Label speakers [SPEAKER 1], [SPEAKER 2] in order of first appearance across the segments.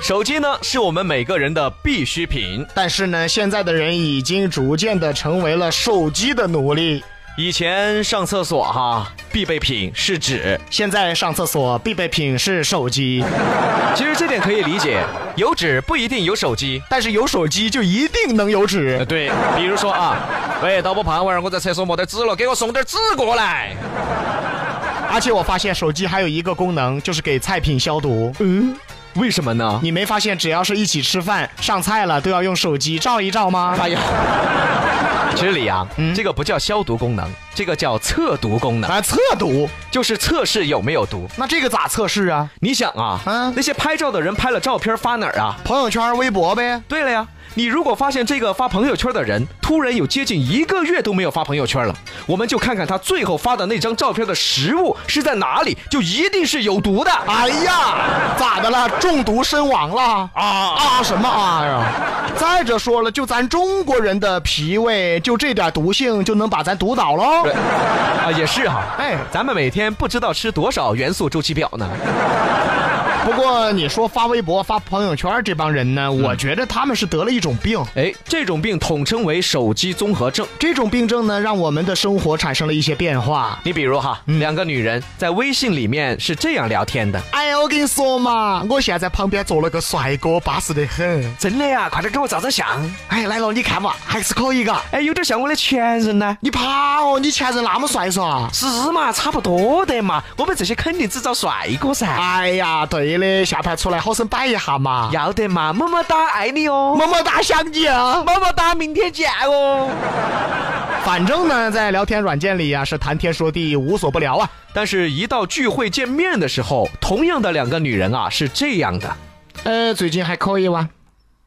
[SPEAKER 1] 手机呢是我们每个人的必需品。
[SPEAKER 2] 但是呢，现在的人已经逐渐的成为了手机的奴隶。
[SPEAKER 1] 以前上厕所哈，必备品是纸，
[SPEAKER 2] 现在上厕所必备品是手机，
[SPEAKER 1] 其实这点可以理解，有纸不一定有手机。
[SPEAKER 2] 但是有手机就一定能有纸
[SPEAKER 1] 呃，。对，比如说啊，喂，导播旁，晚上我在厕所没得纸了，给我送点纸过来。
[SPEAKER 2] 而且我发现手机还有一个功能，就是给菜品消毒。
[SPEAKER 1] 为什么呢？
[SPEAKER 2] 你没发现只要是一起吃饭上菜了，都要用手机照一照吗？
[SPEAKER 1] 哎呀，其实李阳，这个不叫消毒功能，这个叫测毒功能，
[SPEAKER 2] 啊，测毒，
[SPEAKER 1] 就是测试有没有毒。
[SPEAKER 2] 那这个咋测试啊？
[SPEAKER 1] 你想啊，
[SPEAKER 2] 嗯
[SPEAKER 1] 那些拍照的人拍了照片发哪儿啊？
[SPEAKER 2] 朋友圈、微博呗。
[SPEAKER 1] 对了呀，你如果发现这个发朋友圈的人突然有接近一个月都没有发朋友圈了，我们就看看他最后发的那张照片的食物是在哪里，就一定是有毒的啊！
[SPEAKER 2] 哎呀，咋的了？中毒身亡了？啊什么啊呀！再者说了，就咱中国人的脾胃，就这点毒性就能把咱毒倒喽
[SPEAKER 1] 对，？啊也是哈、
[SPEAKER 2] 哎
[SPEAKER 1] 咱们每天不知道吃多少元素周期表呢。
[SPEAKER 2] 不过你说发微博、发朋友圈这帮人呢，我觉得他们是得了一种病。
[SPEAKER 1] 哎，这种病统称为手机综合症。
[SPEAKER 2] 这种病症呢，让我们的生活产生了一些变化。
[SPEAKER 1] 你比如哈，两个女人在微信里面是这样聊天的：
[SPEAKER 2] 哎呀，我跟你说嘛，我现在在旁边坐了个帅哥，巴适的很。
[SPEAKER 1] 真的呀，快点给我照张相。
[SPEAKER 2] 哎，来了，你看嘛，还是可以嘎。
[SPEAKER 1] 哎，有点像我的前任呢。
[SPEAKER 2] 你怕哦，你前任那么帅是吧？
[SPEAKER 1] 是嘛，差不多的嘛。我们这些肯定只找帅哥噻。
[SPEAKER 2] 哎呀，对的，下盘出来好生摆一下嘛。
[SPEAKER 1] 要得嘛，么么哒，爱你哦。
[SPEAKER 2] 么么哒，想你啊！
[SPEAKER 1] 么么哒，明天见哦。
[SPEAKER 2] 反正呢，在聊天软件里呀、是谈天说地，无所不聊啊。
[SPEAKER 1] 但是，一到聚会见面的时候，同样的两个女人啊是这样的
[SPEAKER 2] 呃，最近还可以哇？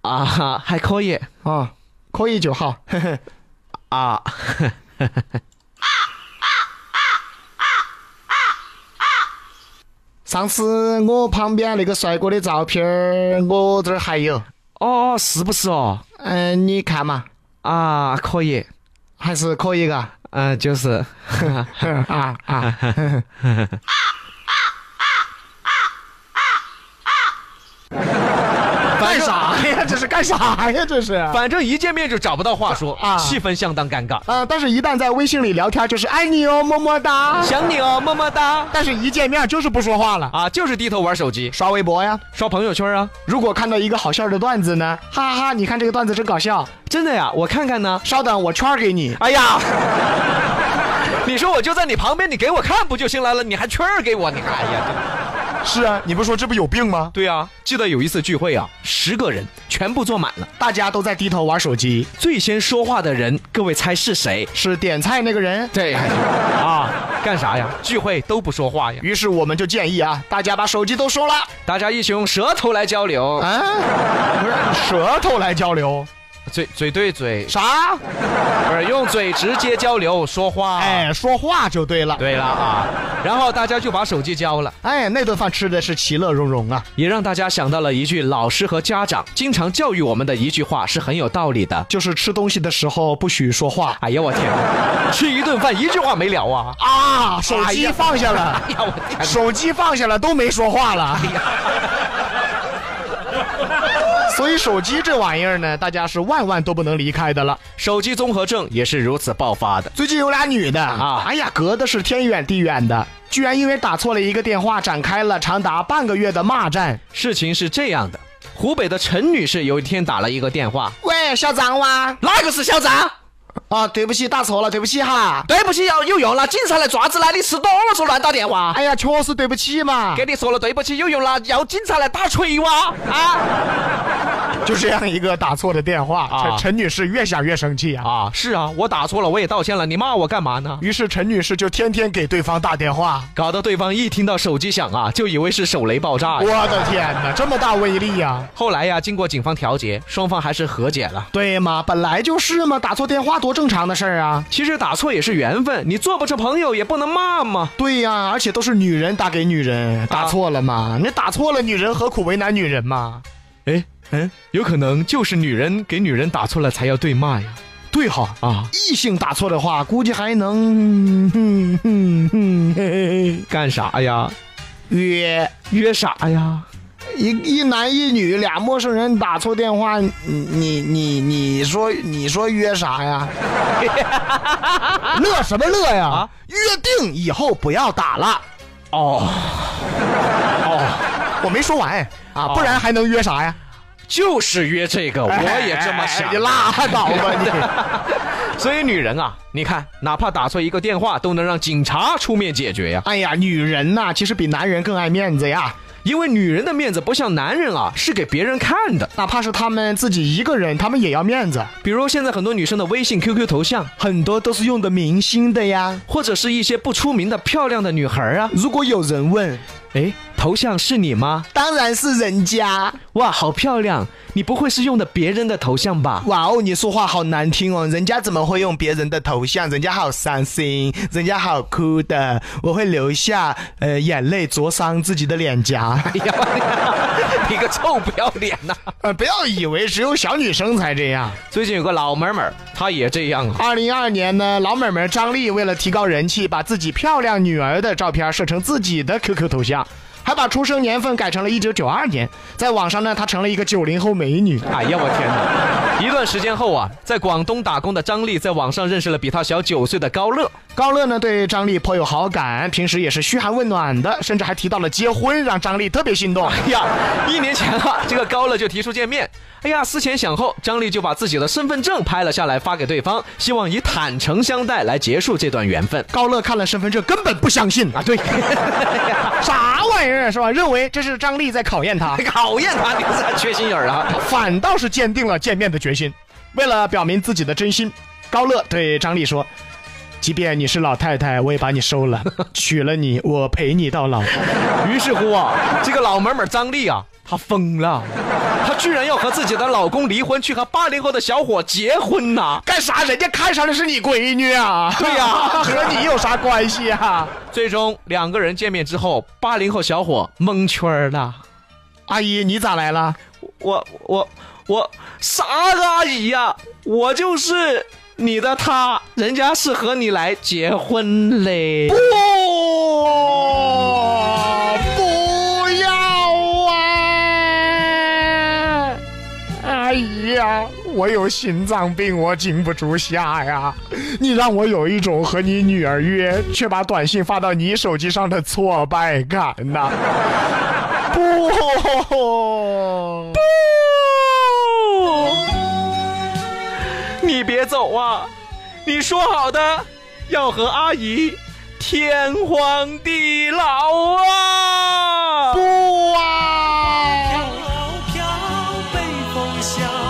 [SPEAKER 1] 啊，哈，还可以
[SPEAKER 2] 哦，可以就好。
[SPEAKER 1] 啊。
[SPEAKER 2] 上次我旁边那个帅哥的照片儿，我这儿还有。
[SPEAKER 1] 哦，是不是哦？
[SPEAKER 2] 嗯、你看嘛，
[SPEAKER 1] 啊，可以。
[SPEAKER 2] 还是可以嘎。
[SPEAKER 1] 嗯、就是。
[SPEAKER 2] 啊啊！ 干啥呀？这是干啥呀？这是啊、
[SPEAKER 1] 反正一见面就找不到话说
[SPEAKER 2] 啊
[SPEAKER 1] 气氛相当尴尬。
[SPEAKER 2] 但是一旦在微信里聊天，就是爱你哦，么么哒。
[SPEAKER 1] 想你哦，么么哒
[SPEAKER 2] 但是一见面就是不说话了，
[SPEAKER 1] 啊，就是低头玩手机、
[SPEAKER 2] 刷微博呀。
[SPEAKER 1] 刷朋友圈啊，
[SPEAKER 2] 如果看到一个好笑的段子呢，哈哈哈，你看这个段子真搞笑，
[SPEAKER 1] 真的呀，我看看呢。
[SPEAKER 2] 稍等，我圈儿给你。
[SPEAKER 1] 哎 呀，你说我就在你旁边，你给我看不就行了了？你还圈儿给我，你看，哎呀，真的
[SPEAKER 2] 是啊，你不说这不有病吗？
[SPEAKER 1] 对啊，记得有一次聚会啊，十个人全部坐满了，
[SPEAKER 2] 大家都在低头玩手机，
[SPEAKER 1] 最先说话的人，各位猜是谁？
[SPEAKER 2] 是点菜那个人。
[SPEAKER 1] 对， 啊，干啥呀？聚会都不说话呀，
[SPEAKER 2] 于是我们就建议啊，大家把手机都收了。
[SPEAKER 1] 大家一起用舌头来交流，
[SPEAKER 2] 啊，不是舌头来交流
[SPEAKER 1] 嘴嘴对嘴，
[SPEAKER 2] 啥？
[SPEAKER 1] 不是用嘴直接交流说话。
[SPEAKER 2] 哎，说话就对了。
[SPEAKER 1] 对了啊，然后大家就把手机交了，
[SPEAKER 2] 哎，那顿饭吃的是其乐融融啊。
[SPEAKER 1] 也让大家想到了一句老师和家长经常教育我们的一句话，是很有道理的。
[SPEAKER 2] 就是吃东西的时候不许说话
[SPEAKER 1] 哎呀，我天，吃一顿饭一句话没聊啊！
[SPEAKER 2] 啊，手
[SPEAKER 1] 哎
[SPEAKER 2] 机
[SPEAKER 1] 呀
[SPEAKER 2] 放下了，
[SPEAKER 1] 哎呀，我天，
[SPEAKER 2] 手机放下了都没说话了。 所以手机这玩意儿呢，大家是万万都不能离开的了。
[SPEAKER 1] 手机综合症也是如此爆发的。
[SPEAKER 2] 最近有俩女的
[SPEAKER 1] 啊
[SPEAKER 2] 哎呀，隔的是天远地远的，居然因为打错了一个电话，展开了长达半个月的骂战。
[SPEAKER 1] 事情是这样的，湖北的陈女士有一天打了一个电话，
[SPEAKER 2] 喂，小张哇？
[SPEAKER 1] 哪个是小张？
[SPEAKER 2] 啊，对不起，打错了，对不起哈。
[SPEAKER 1] 对不起，要有用了，警察来抓子了，你吃多了说乱打电话。
[SPEAKER 2] 哎呀，确实对不起嘛，
[SPEAKER 1] 给你说了对不起有用了，要警察来打锤哇！啊
[SPEAKER 2] 就这样一个打错的电话，
[SPEAKER 1] 啊
[SPEAKER 2] 陈陈女士越想越生气啊。
[SPEAKER 1] 啊，是啊，我打错了，我也道歉了，你骂我干嘛呢？
[SPEAKER 2] 于是陈女士就天天给对方打电话。
[SPEAKER 1] 搞得对方一听到手机响啊，就以为是手雷爆炸
[SPEAKER 2] 我
[SPEAKER 1] 哎呀。
[SPEAKER 2] 的天哪，这么大威力啊呀、
[SPEAKER 1] 后来呀，经过警方调解，双方还是和解了。
[SPEAKER 2] 对嘛，本来就是嘛，打错电话多正常的事儿啊。
[SPEAKER 1] 其实打错也是缘分，你做不成朋友也不能骂嘛。
[SPEAKER 2] 对呀、而且都是女人打给女人，打错了嘛？你打错了，女人何苦为难女人嘛？
[SPEAKER 1] 哎，嗯，有可能就是女人给女人打错了才要对骂呀。
[SPEAKER 2] 对哈，
[SPEAKER 1] 啊，
[SPEAKER 2] 异性打错的话，估计还能 哼哼哼嘿嘿
[SPEAKER 1] 干啥呀？
[SPEAKER 2] 约
[SPEAKER 1] 约啥呀？
[SPEAKER 2] 一一男一女俩陌生人打错电话，你你你你说你说约啥呀？乐什么乐呀？
[SPEAKER 1] 啊
[SPEAKER 2] 约定以后不要打了。
[SPEAKER 1] 哦哦，
[SPEAKER 2] 我没说完啊，不然还能约啥呀？
[SPEAKER 1] 就是约这个，我也这么想。
[SPEAKER 2] 哎你拉倒吧 你！
[SPEAKER 1] 所以女人啊，你看，哪怕打错一个电话，都能让警察出面解决呀。
[SPEAKER 2] 哎呀，女人呐、其实比男人更爱面子呀，
[SPEAKER 1] 因为女人的面子不像男人啊，是给别人看的。
[SPEAKER 2] 哪怕是他们自己一个人，他们也要面子。
[SPEAKER 1] 比如现在很多女生的微信、QQ 头像，
[SPEAKER 2] 很多都是用的明星的呀。
[SPEAKER 1] 或者是一些不出名的漂亮的女孩儿啊，
[SPEAKER 2] 如果有人问，
[SPEAKER 1] 哎，头像是你吗？
[SPEAKER 2] 当然是人家。
[SPEAKER 1] 哇，好漂亮！你不会是用的别人的头像 吧？
[SPEAKER 2] 哇哦，你说话好难听哦！人家怎么会用别人的头像？人家好伤心，人家好哭的，我会流下呃眼泪，灼伤自己的脸颊。
[SPEAKER 1] 哎呀，你个臭不要脸呐、
[SPEAKER 2] 呃，不要以为只有小女生才这样。
[SPEAKER 1] 最近有个老妹儿妹儿，她也这样啊。
[SPEAKER 2] 二零二年呢，老美们张丽为了提高人气，把自己漂亮女儿的照片设成自己的 QQ 头像，还把出生年份改成了一九九二年。在网上呢，她成了一个九零后美女。
[SPEAKER 1] 哎呀，我天哪！一段时间后啊，在广东打工的张丽在网上认识了比她小九岁的高乐。
[SPEAKER 2] 高乐呢对张丽颇有好感，平时也是嘘寒问暖的，甚至还提到了结婚，让张丽特别 心动。
[SPEAKER 1] 哎呀，一年前啊，这个高乐就提出见面。哎呀，思前想后，张丽就把自己的身份证拍了下来发给对方，希望以坦诚相待来结束这段缘分。
[SPEAKER 2] 高乐看了身份证，根本不相信啊，
[SPEAKER 1] 啊，对，
[SPEAKER 2] 啥玩意啊儿是吧？认为这是张丽在考验他，
[SPEAKER 1] 讨厌他，你是缺心眼儿啊！
[SPEAKER 2] 反倒是坚定了见面的决心。为了表明自己的真心，高乐对张丽说：“即便你是老太太，我也把你收 了，娶了你，我陪你到老。
[SPEAKER 1] 于是乎啊，这个老妹妹张丽啊，她疯了，她居然要和自己的老公离婚，去和八零后的小伙结婚呐、”
[SPEAKER 2] 干啥？人家看上的是你闺女啊！
[SPEAKER 1] 对呀
[SPEAKER 2] 和你有啥关系啊？
[SPEAKER 1] 最终两个人见面之后，八零后小伙蒙圈儿了。
[SPEAKER 2] 阿姨，你咋来了？
[SPEAKER 1] 我我我啥个阿姨呀、我就是你的他，人家是和你来结婚嘞。
[SPEAKER 2] 不，不要啊！阿姨呀，我有心脏病，我经不住吓呀！你让我有一种和你女儿约却把短信发到你手机上的挫败感呐、不，
[SPEAKER 1] 你别走啊！你说好的要和阿姨天荒地老啊！
[SPEAKER 2] 不啊！
[SPEAKER 3] 飘飘，北风向。